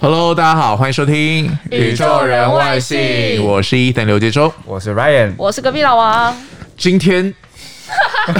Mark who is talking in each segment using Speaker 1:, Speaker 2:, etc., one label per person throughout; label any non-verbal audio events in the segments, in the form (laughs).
Speaker 1: Hello，大家好，欢迎收听《
Speaker 2: 宇宙人外星
Speaker 1: 我是伊藤刘杰忠。
Speaker 3: 我是 Ryan。
Speaker 2: 我是隔壁老王，
Speaker 1: 今天 (laughs)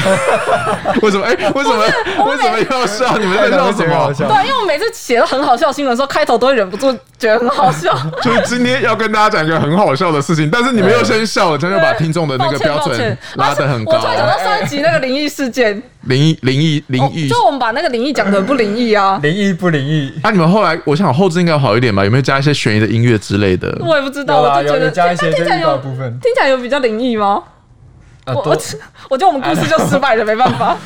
Speaker 1: 为什么？哎、为什么？为什么要笑？你们在笑什么？
Speaker 2: 对啊，因为我每次写到很好笑的新闻的时候，开头都会忍不住觉得很好笑。
Speaker 1: 就是今天要跟大家讲一个很好笑的事情，但是你 (laughs) 们又先笑了，真的把听众的那
Speaker 2: 抱
Speaker 1: 个
Speaker 2: 歉
Speaker 1: 标
Speaker 2: 抱
Speaker 1: 准
Speaker 2: 歉
Speaker 1: 拉得很高
Speaker 2: 我。突然想到上一集那个灵异事件，
Speaker 1: 灵异，灵异，灵异。
Speaker 2: 就我们把那个灵异讲的很不灵异
Speaker 1: (laughs)
Speaker 2: 啊，
Speaker 3: 灵异不灵异？
Speaker 1: 啊那、你们后来，我想后置应该好一点吧？有没有加一些悬疑的音乐之类的？
Speaker 2: 我也不知道，我就觉得听听起来有
Speaker 3: 分
Speaker 2: 听起来有比较灵异吗？
Speaker 3: 啊
Speaker 2: 我我 (laughs) 我觉得我们故事就失败了，没办法。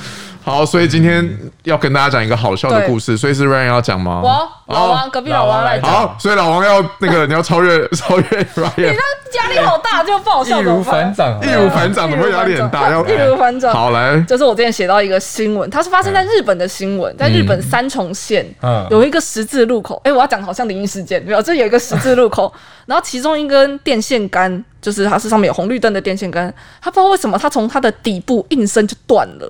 Speaker 1: 好，所以今天要跟大家讲一个好笑的
Speaker 2: 对
Speaker 1: 故事，所以是 Ryan 要讲吗？
Speaker 2: 我老王
Speaker 1: 哦
Speaker 2: 隔壁老王来讲，
Speaker 1: 好，所以老王要
Speaker 2: (laughs)
Speaker 1: 那个你要超越超越 Ryan，
Speaker 2: 那压力好大，就不好笑怎么办？
Speaker 3: 掌
Speaker 1: 易如反掌，怎么会压力很
Speaker 2: (laughs)
Speaker 1: 大？要
Speaker 2: 易如反掌
Speaker 1: 好来，
Speaker 2: 就是我之前写到一个新闻，它是发生在日本的新闻，
Speaker 1: 嗯
Speaker 2: 在日本三重县、
Speaker 3: 嗯
Speaker 2: 有一个十字路口，哎、我要讲好像灵异事件没有，这有一个十字路口，
Speaker 1: (laughs)
Speaker 2: 然后其中一根电线杆，就是它是上面有红绿灯的电线杆，它不知道为什么它从它的底部应声就断了。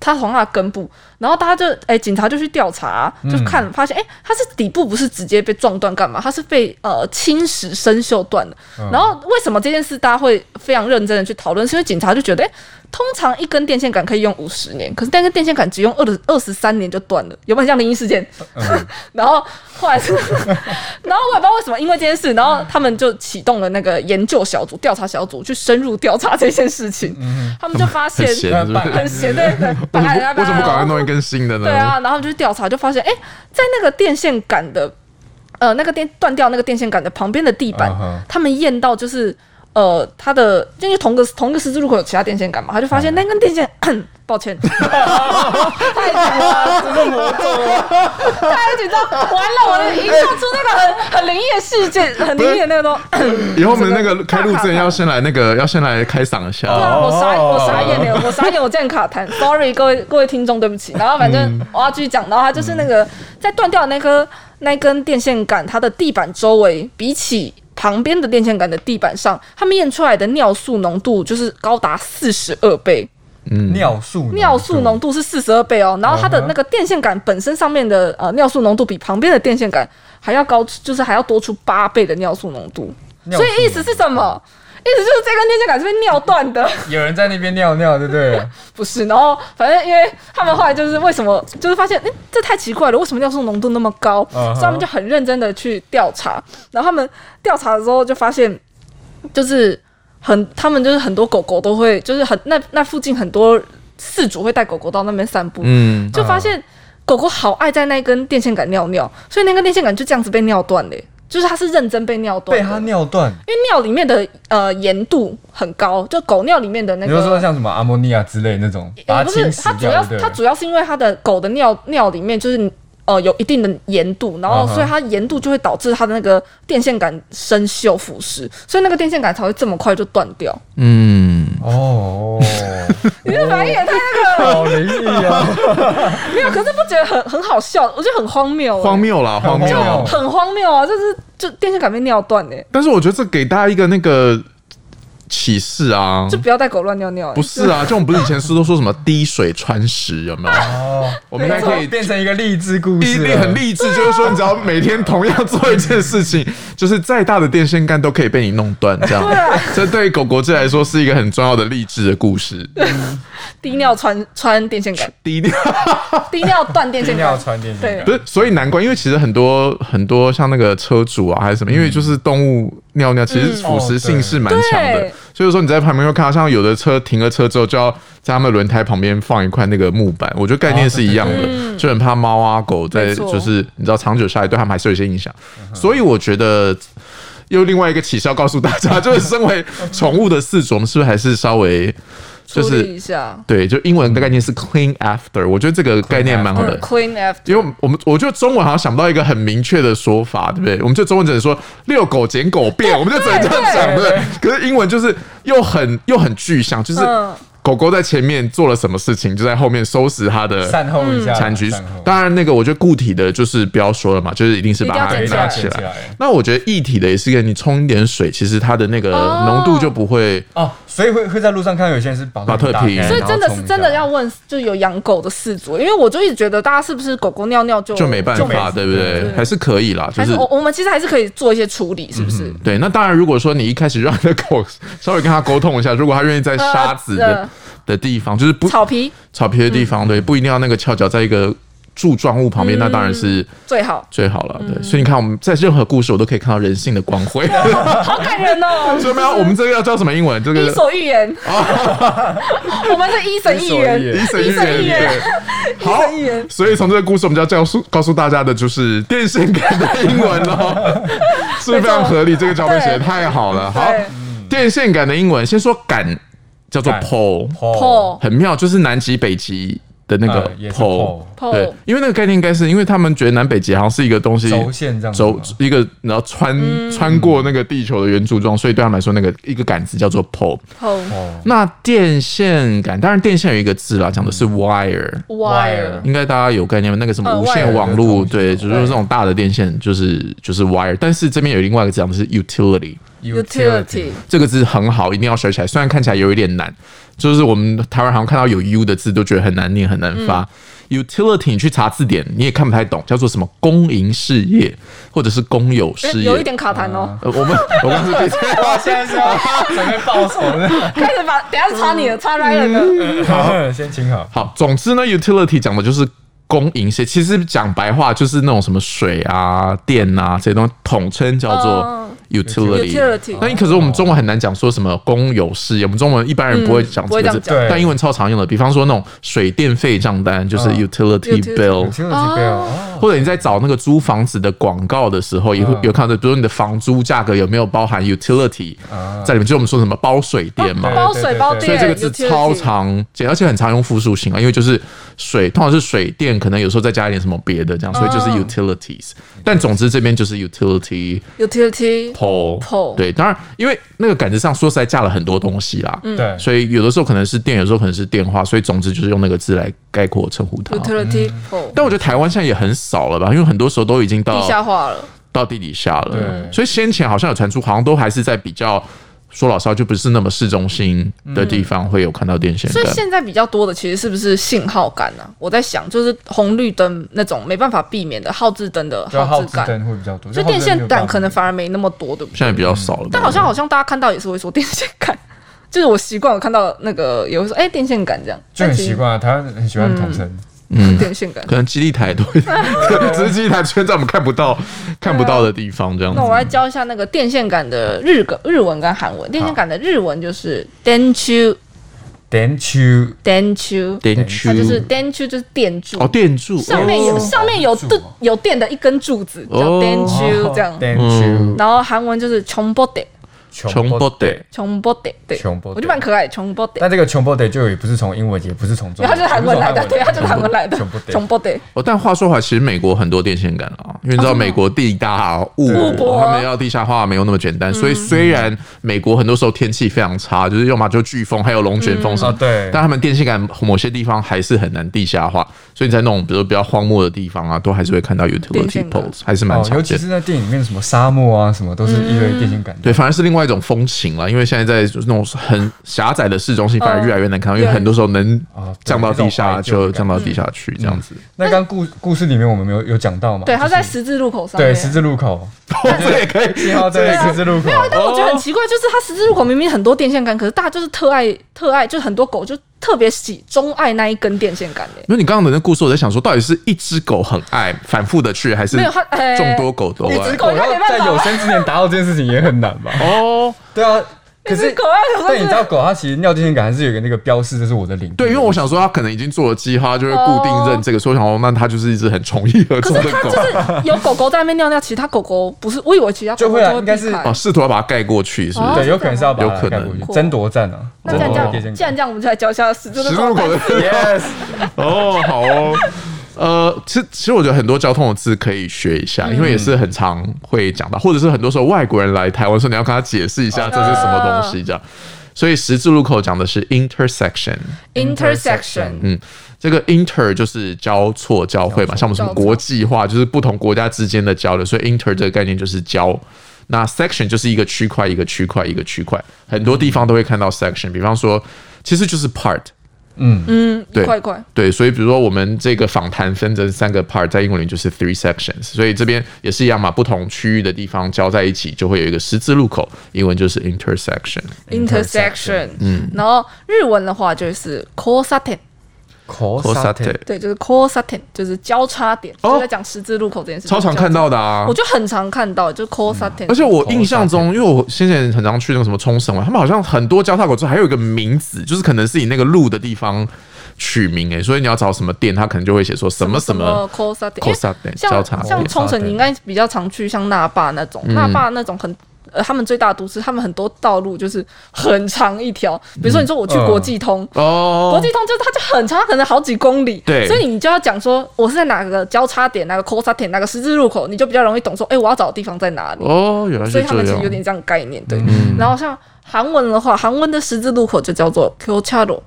Speaker 2: 它从它的根部，然后大家就哎、警察就去调查，就看发现哎、它是底部不是直接被撞断干嘛？它是被呃侵蚀生锈断的。然后为什么这件事大家会非常认真的去讨论？是因为警察就觉得，哎、通常一根电线杆可以用五十年，可是那根电线杆只用二二十三年就断了，有没有很像灵异事件？ (laughs) 然后后来是， (laughs) 然后我也不知道为什么，因为这件事，然后他们就启动了那个研究小组、调查小组去深入调查这件事情。他们就发现
Speaker 1: 很闲是不是？
Speaker 2: 很闲的，
Speaker 1: 为 (laughs)
Speaker 2: 本
Speaker 1: 什
Speaker 2: 来
Speaker 1: 么不为什么赶快弄一根新的呢？
Speaker 2: 对啊，然后就去调查，就发现哎、诶在那个电线杆的呃那个电断掉那个电线杆的旁边的地板
Speaker 3: 嗯哼
Speaker 2: 他们验到就是呃它的因为同个同一个十字路口有其他电线杆嘛，他就发现
Speaker 1: 嗯
Speaker 2: 那根电线， (clears throat) 抱
Speaker 1: (laughs)
Speaker 2: 歉，太紧了，这是魔咒，太紧张，完了，我营造出那个很很灵异的事件，很灵异的那个东。
Speaker 1: 以后我们那个开录之前要先来那个要先来开嗓一下。
Speaker 2: 对啊，我傻我傻眼了，我傻眼，我竟然卡痰，sorry 各位各位听众，对不起。然后反正我要继续讲，然后它就是那个在断掉的那颗那根电线杆，它的地板周围比起。旁边的电线杆的地板上，他们验出来的尿素浓度就是高达四十二倍，
Speaker 1: 嗯
Speaker 3: 尿素
Speaker 2: 尿素浓度是四十二倍哦。然后它的那个电线杆本身上面的呃尿素浓度比旁边的电线杆还要高，就是还要多出八倍的尿素浓度。
Speaker 4: 尿
Speaker 2: 所以意思是什么？意思就是这根电线杆是被尿断的。
Speaker 4: 有人在那边尿尿，对
Speaker 2: (laughs)
Speaker 4: 不对？
Speaker 2: 不是，然后反正因为他们后来就是为什么就是发现，哎、这太奇怪了，为什么尿素浓度那么高
Speaker 4: 嗯哼
Speaker 2: 所以他们就很认真的去调查，然后他们调查的时候就发现，就是很他们就是很多狗狗都会，就是很那那附近很多饲主会带狗狗到那边散步，
Speaker 1: 嗯，
Speaker 4: 啊
Speaker 2: 就发现狗狗好爱在那根电线杆尿尿，所以那根电线杆就这样子被尿断嘞、就是它是认真被尿断
Speaker 4: 被
Speaker 2: 的，
Speaker 4: 他尿断。
Speaker 2: 因为尿里面的呃盐度很高，就狗尿里面的那
Speaker 4: 你
Speaker 2: 个
Speaker 4: 就说像什么阿莫尼亚之类那种，把
Speaker 2: 也欸
Speaker 4: 它
Speaker 2: 不
Speaker 4: 清
Speaker 2: 是，
Speaker 4: 洗
Speaker 2: 它主
Speaker 4: 掉，
Speaker 2: 要
Speaker 4: 对
Speaker 2: 它
Speaker 4: 不对？
Speaker 2: 主要是因为它的狗的尿尿里面就是呃有一定的盐度，然
Speaker 1: 啊
Speaker 2: 后
Speaker 4: 嗯哼
Speaker 2: 所以它盐度就会导致它的那个电线杆生锈腐蚀，所以那个电线杆才会这么快就断掉。
Speaker 1: 嗯，
Speaker 4: 哦，
Speaker 2: 你的反应也太那 (laughs) 个了，
Speaker 4: 好灵异啊！
Speaker 2: 没有，可是不觉得很很好笑？我觉得很荒谬、欸
Speaker 1: 荒，谬啦，荒
Speaker 4: 很啊荒
Speaker 1: 谬
Speaker 4: 谬。
Speaker 2: 很荒谬啊！就是就电线杆被尿断哎、
Speaker 1: 但是我觉得这给大家一个那个启示啊
Speaker 2: 就。不要带狗乱尿尿、欸。
Speaker 1: 不是啊，就我们不是以前是都说什么滴水穿石有没有？
Speaker 4: 哦，
Speaker 1: 我们现在可以
Speaker 4: (laughs) 变成一个励志故
Speaker 1: 励
Speaker 4: 事了，
Speaker 1: 励很励志，就是说你只要每天同样做一件事情， (laughs) 就是再大的电线杆都可以被你弄断，这样。这对狗狗界来说是一个很重要的励志的故事。
Speaker 2: 滴尿穿穿电
Speaker 1: (laughs)
Speaker 2: 线杆，
Speaker 1: 低调
Speaker 2: 滴尿断电
Speaker 4: 一
Speaker 2: 线
Speaker 4: 定要
Speaker 2: 杆，
Speaker 4: 传点
Speaker 2: 对
Speaker 1: 不是，所以难怪，因为其实很多很多像那个车主啊还是什么，因为就是动物尿尿，其实腐蚀性是蛮强
Speaker 2: 嗯哦嗯
Speaker 1: 的
Speaker 2: 对。
Speaker 1: 所以说你在旁边会看到，像有的车停了车之后，就要在他们轮胎旁边放一块那个木板，我觉得概念是一样
Speaker 4: 哦
Speaker 1: 的
Speaker 4: 对，
Speaker 1: 就很怕猫啊狗在
Speaker 2: 没错
Speaker 1: 就是你知道长久下来对他们还是有一些影响，所以我觉得。 (laughs)
Speaker 2: (laughs)
Speaker 1: 又另外一个启示要告诉大家，就是身为宠物的饲主，我们是不是还是稍微
Speaker 2: 处
Speaker 1: 就是
Speaker 2: 理一下。
Speaker 1: 对，就英文的概念是 clean after，我觉得这个概念蛮好的
Speaker 2: 嗯。，clean after
Speaker 1: 因为我们，我觉得中文好像想不到一个很明确的说法，对不对？我们就中文只能说遛狗捡狗便，我们就只能这样讲对。可是英文就是又很又很具象，就是
Speaker 2: 嗯
Speaker 1: 狗狗在前面做了什么事情，就在后面收拾它的
Speaker 4: 善后一
Speaker 2: 嗯
Speaker 4: 下，
Speaker 1: 残局
Speaker 4: 善后。
Speaker 1: 当然，那个我觉得固体的就是不要说了嘛，就是一定是把它
Speaker 2: 一定
Speaker 1: 拿
Speaker 2: 要
Speaker 1: 起
Speaker 2: 捡
Speaker 4: 起
Speaker 1: 来
Speaker 4: 来。
Speaker 1: 那我觉得液体的也是一个，你冲一点水，其实它的那个
Speaker 2: 哦
Speaker 1: 浓度就不会。
Speaker 4: 哦，所以会会在路上看到有些人是保
Speaker 1: 保特
Speaker 4: 打
Speaker 1: 瓶
Speaker 4: 开
Speaker 2: 所以真的
Speaker 4: 然后冲
Speaker 2: 是
Speaker 4: 一
Speaker 2: 真的
Speaker 4: 下
Speaker 2: 要问，就有养狗的饲主，因为我就一直觉得大家是不是狗狗尿尿就
Speaker 1: 就没办
Speaker 4: 没
Speaker 1: 法，对不对？还是可以啦，就
Speaker 2: 还是
Speaker 1: 是嗯
Speaker 2: 我我们其实还是可以做一些处理，是不是？
Speaker 1: 对。那当然，如果说你一开始让你的狗 (laughs) 稍微跟它沟通一下，如果它愿意在
Speaker 2: 呃
Speaker 1: 沙子的
Speaker 2: 呃
Speaker 1: 的地方，就是不
Speaker 2: 草嗯皮
Speaker 1: 草皮的地方，对，不一定要那个翘脚在一个柱状物
Speaker 2: 嗯
Speaker 1: 旁边，那当然是
Speaker 2: 最好，
Speaker 1: 最好了。
Speaker 2: 嗯
Speaker 1: 对，所以你看，我们在任何故事，我都可以看到人性的光
Speaker 2: (laughs)
Speaker 1: 辉。
Speaker 2: (laughs) 好感人哦！
Speaker 1: 所以没有，我们这个要叫什么英文？
Speaker 2: (laughs)
Speaker 1: 这
Speaker 2: 伊
Speaker 1: 个
Speaker 2: 索寓
Speaker 1: (laughs)
Speaker 2: 言，我们是伊神寓言，
Speaker 1: 伊神预
Speaker 2: 伊神预
Speaker 1: 言
Speaker 2: 言。
Speaker 1: 对，好
Speaker 2: 预言，
Speaker 1: 所以从这个故事，我们就要告诉告诉大家的就是电线杆的英文哦，
Speaker 2: (laughs)
Speaker 1: 是不是非常合理？这个脚本写的太好了。好
Speaker 2: 对，
Speaker 1: 电线杆的英文先说杆，叫做
Speaker 4: 杆
Speaker 1: pole，
Speaker 2: 破
Speaker 1: 很妙，就是南极、北极的那个
Speaker 4: 呃也是
Speaker 1: pole
Speaker 4: pole。
Speaker 1: 对
Speaker 2: pole，
Speaker 1: 因为那个概念应该是因为他们觉得南北极好像是一个东西
Speaker 4: 轴线这样子
Speaker 1: 轴
Speaker 4: 吗
Speaker 1: 一个，然后穿
Speaker 4: 嗯
Speaker 1: 穿过那个地球的圆柱状，所以对他们来说，那个一个杆子叫做 pole。
Speaker 4: 嗯
Speaker 2: pole
Speaker 4: 哦
Speaker 1: 那电线杆，当然电线有一个字啦，讲的
Speaker 4: 嗯
Speaker 1: 是 wire，
Speaker 2: wire
Speaker 1: 应该大家有概念吧？那个什么
Speaker 2: 呃
Speaker 1: 无线
Speaker 2: wire
Speaker 1: 网络，
Speaker 4: 哦的东西
Speaker 1: 对，就是这种大的电线，就是就是 wire。但是这边有另外一个字讲的是 utility，
Speaker 2: utility
Speaker 1: 这个字很好，一定要学起来。虽然看起来有一点难，就是我们台湾好像看到有 u 的字都觉得很难念，很难
Speaker 2: 嗯
Speaker 1: 发。utility 你去查字典，你也看不太懂，叫做什么公营事业或者是公有
Speaker 2: 诶
Speaker 1: 事业。
Speaker 2: 有一点卡痰哦，
Speaker 1: 呃，我们
Speaker 2: (laughs)
Speaker 1: 我刚是第
Speaker 4: 哇，现在是要准备报仇的，
Speaker 2: 开始把等一下插你的，插 Ryan (laughs)
Speaker 1: 嗯
Speaker 2: 的，
Speaker 4: (laughs) 好，先请好。
Speaker 1: 好，总之呢，utility 讲的就是供应些，其实讲白话就是那种什么水啊、电啊这些东西，统称叫做
Speaker 2: 哦
Speaker 1: 嗯 utility。
Speaker 2: utility
Speaker 1: 那你可是我们中文很难讲说什么公有事业，我们中文一般人不会讲
Speaker 2: 嗯
Speaker 1: 这
Speaker 2: 不
Speaker 1: 个字
Speaker 2: 会这样
Speaker 4: 讲，
Speaker 1: 但英文超常用的，比方说那种水电费账单就是
Speaker 4: 嗯
Speaker 1: utility
Speaker 2: utility
Speaker 1: bill。
Speaker 4: 请问几杯哦？
Speaker 1: 或者你在找那个租房子的广告的时候，也会
Speaker 4: 嗯
Speaker 1: 有看到，比如说你的房租价格有没有包含 utility
Speaker 4: 啊
Speaker 1: 在里面，就是我们说什么包水电嘛，
Speaker 2: 包水包
Speaker 1: 所以
Speaker 2: 电，
Speaker 1: 这个字
Speaker 2: utility
Speaker 1: 超常见，而且很常用复数性啊，因为就是水，通常是水电，可能有时候再加一点什么别的这样，所以就是
Speaker 2: 嗯
Speaker 1: utilities。但总之这边就是 utility
Speaker 2: utility
Speaker 1: pole
Speaker 2: pole
Speaker 1: 对，当然因为那个杆子上说实在架了很多东西啦，
Speaker 2: 嗯
Speaker 4: 对，
Speaker 1: 所以有的时候可能是电，有时候可能是电话，所以总之就是用那个字来概括称呼它。
Speaker 2: utility pole
Speaker 1: 但我觉得台湾现在也很少了吧，因为很多时候都已经到
Speaker 2: 地下化了，
Speaker 1: 到地底下了，
Speaker 4: 对
Speaker 1: 所以先前好像有传出，好像都还是在比较说老实话，就不是那么市中心的地方会有看到电线
Speaker 2: 嗯所
Speaker 1: 杆
Speaker 2: 以。现在比较多的其实是不是信号感呢、我在想，就是红绿灯那种没办法避免的号志灯的
Speaker 4: 就
Speaker 2: 号
Speaker 4: 耗
Speaker 2: 志
Speaker 4: 子
Speaker 2: 感，
Speaker 4: 啊灯会比较多，
Speaker 2: 所以
Speaker 4: 就耗
Speaker 2: 电
Speaker 4: 子
Speaker 2: 线
Speaker 4: 灯
Speaker 2: 杆
Speaker 4: 没有
Speaker 2: 可能
Speaker 4: 办法
Speaker 2: 反而没那么多，对不对？
Speaker 1: 现在比较少
Speaker 4: 啊
Speaker 1: 了吧，
Speaker 2: 但好像好像大家看到也是会说电线杆， (laughs) 就是我习惯我看到那个也会说哎、电线杆这样，
Speaker 4: 就很
Speaker 2: 但其实
Speaker 4: 习惯啊，台湾很喜欢统称，
Speaker 1: 嗯，
Speaker 2: 电线杆。
Speaker 1: 可能基地
Speaker 2: (laughs)
Speaker 1: 台都会，只是基地台圈在我们看不到、看不到的地方这样子
Speaker 2: 那。我来教一下那个电线杆的日个日文跟韩文。电线杆的日文就是 denchu
Speaker 4: Then you
Speaker 2: denchu，
Speaker 1: 电
Speaker 2: 啊它就是
Speaker 1: 柱
Speaker 2: denchu 就是电柱
Speaker 1: 哦，，电柱
Speaker 2: 上面有
Speaker 4: 哦
Speaker 2: 上面有
Speaker 4: 柱
Speaker 2: 电
Speaker 4: 哦
Speaker 2: 有电的一根柱子叫
Speaker 1: 哦
Speaker 2: denchu 这样。
Speaker 4: Then
Speaker 1: 嗯
Speaker 4: you
Speaker 2: 然后韩文就是穷波得，
Speaker 1: 穷不得，
Speaker 2: 穷波得，对，
Speaker 4: 穷波得
Speaker 2: 我觉得蛮可爱，穷波得，
Speaker 4: 但这个穷波得就也不是从英文，也不是从中
Speaker 2: 因为它
Speaker 4: 文，哦
Speaker 2: 就是韩文来的，对，它就是韩文来的
Speaker 4: 穷波，得，
Speaker 2: 穷波得，
Speaker 1: 哦，但话说回来，其实美国很多电线杆啊，因为你知道美国地大
Speaker 2: 哦
Speaker 1: 物
Speaker 4: 物
Speaker 1: 博，
Speaker 2: 博
Speaker 1: 他们要地下化没有那么简
Speaker 2: 嗯
Speaker 1: 单，所以虽然美国很多时候天气非常差，就是要么就飓风，还有龙卷风什么，
Speaker 4: 嗯哦对
Speaker 1: 但他们电线杆某些地方还是很难地下化，所以在那种比如说比较荒漠的地方啊，都还是会看到
Speaker 2: 电
Speaker 1: utility
Speaker 2: 线杆
Speaker 1: poles，还是蛮
Speaker 4: 哦，
Speaker 1: 常
Speaker 4: 尤
Speaker 1: 见
Speaker 4: 其
Speaker 1: 的。
Speaker 4: 是在电影里面，什么沙漠啊，什么都是一堆电线杆。
Speaker 1: 对，反而是另外一种风情了，因为现在在就是那种很狭窄的市中心，反而
Speaker 2: 嗯
Speaker 1: 越来越难看到，因为
Speaker 2: 对
Speaker 1: 很多时候能
Speaker 4: 啊
Speaker 1: 降到地下
Speaker 4: 对这种怀旧
Speaker 1: 就
Speaker 4: 感
Speaker 1: 降到地下去这样子。
Speaker 4: 那刚故故事里面我们没有有讲到嘛？
Speaker 2: 嗯对，它在
Speaker 4: 就是
Speaker 2: 十字路口上面，
Speaker 4: 对十字路口，
Speaker 1: (laughs) 这也可以，
Speaker 4: 信号在十字路口，
Speaker 2: 但我觉得很奇怪，就是它十字路口明明很多电线杆，可是大家就是特爱特爱，就是很多狗就特别喜钟爱那一根电线杆诶。
Speaker 1: 那你刚刚的那故事，我在想说，到底是一只狗很爱反复的去，还是
Speaker 2: 没有它呃
Speaker 1: 众多狗都
Speaker 2: 一只
Speaker 1: 爱？
Speaker 2: 狗应该没办
Speaker 4: 在
Speaker 2: 法
Speaker 4: 有
Speaker 2: 吧？
Speaker 4: 生之年达到这件事情也很难吧？
Speaker 1: 哦，
Speaker 4: 对啊，可
Speaker 2: 只
Speaker 4: 是
Speaker 2: 狗啊，想说
Speaker 4: 但你知
Speaker 2: 是
Speaker 4: 道狗它其实尿电线杆还是有一个那个标示，这是我的领地。
Speaker 1: 对，因为我想说他可能已经做了计划，就会固定认这个，所以我想说那他就是一只很宠溺合作的狗
Speaker 2: 哦就是有狗狗在那边尿尿，其他狗狗不是，我以为其他狗
Speaker 4: 就
Speaker 2: 狗
Speaker 4: 会啊
Speaker 2: 就会
Speaker 4: 应该
Speaker 2: 避
Speaker 4: 是
Speaker 2: 开
Speaker 1: 哦，。试图要把它盖过去，是不
Speaker 2: 哦
Speaker 1: 是？
Speaker 4: 对，有可能是要把
Speaker 1: 有
Speaker 4: 它
Speaker 1: 可能
Speaker 4: 盖过去
Speaker 2: 酷
Speaker 4: 争夺战啊，
Speaker 2: 那既然这
Speaker 4: 争夺
Speaker 2: 样，
Speaker 4: 电线杆
Speaker 1: (laughs)
Speaker 2: 既然这样，我们就来教一下十字
Speaker 1: 十
Speaker 2: 路
Speaker 1: 字路
Speaker 2: 口
Speaker 1: 口的
Speaker 4: Yes，
Speaker 1: (laughs) 哦，好哦。呃，其实其实我觉得很多交通的字可以学一下，因为也是很常会讲到，或者是很多时候外国人来台湾的时候，你要跟他解释一下这是什么东西这样。所以十字路口讲的是 intersection，
Speaker 2: intersection。
Speaker 1: 嗯，这个 inter 就是交错交汇嘛，像我们什么国际化，就是不同国家之间的交流，所以 inter 这个概念就是交。那 section 就是一个区块一个区块一个区块，很多地方都会看到 section，比方说其实就是 part，
Speaker 2: 嗯，
Speaker 1: 对
Speaker 2: 一块一块。
Speaker 1: 对，所以比如说我们这个访谈分成三个 part，在英文里就是 three sections，所以这边也是一样嘛，不同区域的地方交在一起，就会有一个十字路口，英文就是 intersection。
Speaker 2: intersection，嗯，然后日文的话就是 c o s a t e n
Speaker 4: 口
Speaker 1: Cosate
Speaker 2: 对，就是 c o s a t e n 就是交叉点，
Speaker 1: 哦
Speaker 2: 就在讲十字路口这件事。
Speaker 1: 超常看到的啊嗯
Speaker 2: 我，就很常看到，就 c o s a t e n
Speaker 1: 而且我印象中，因为我先前很常去那个什么冲绳玩，他们好像很多交叉口之后还有一个名字，就是可能是以那个路的地方取名诶、所以你要找什么店，他可能就会写说什么什么
Speaker 2: c o s a t e n
Speaker 1: cosate 交叉嗯
Speaker 2: 像像
Speaker 1: 点。
Speaker 2: 冲绳，你应该比较常去像那霸那种，那霸那种很。呃，他们最大的都市，他们很多道路就是很长一条。比如说，
Speaker 1: 嗯
Speaker 2: 你说我去国际通，国
Speaker 1: 哦
Speaker 2: 际，通就是它就很长，它可能好几公里，
Speaker 1: 对
Speaker 2: 所以你就要讲说我是在哪个交叉点、哪个 c o s a t e n 哪个十字路口，你就比较容易懂说，哎、我要找的地方在哪里。
Speaker 1: 哦，原来
Speaker 2: 所
Speaker 1: 是
Speaker 2: 以他们
Speaker 1: 这
Speaker 2: 其实有
Speaker 1: 样。嗯
Speaker 2: 点这样概念，对。然后像韩文的话，韩文的十字路口就叫做 Q 叉路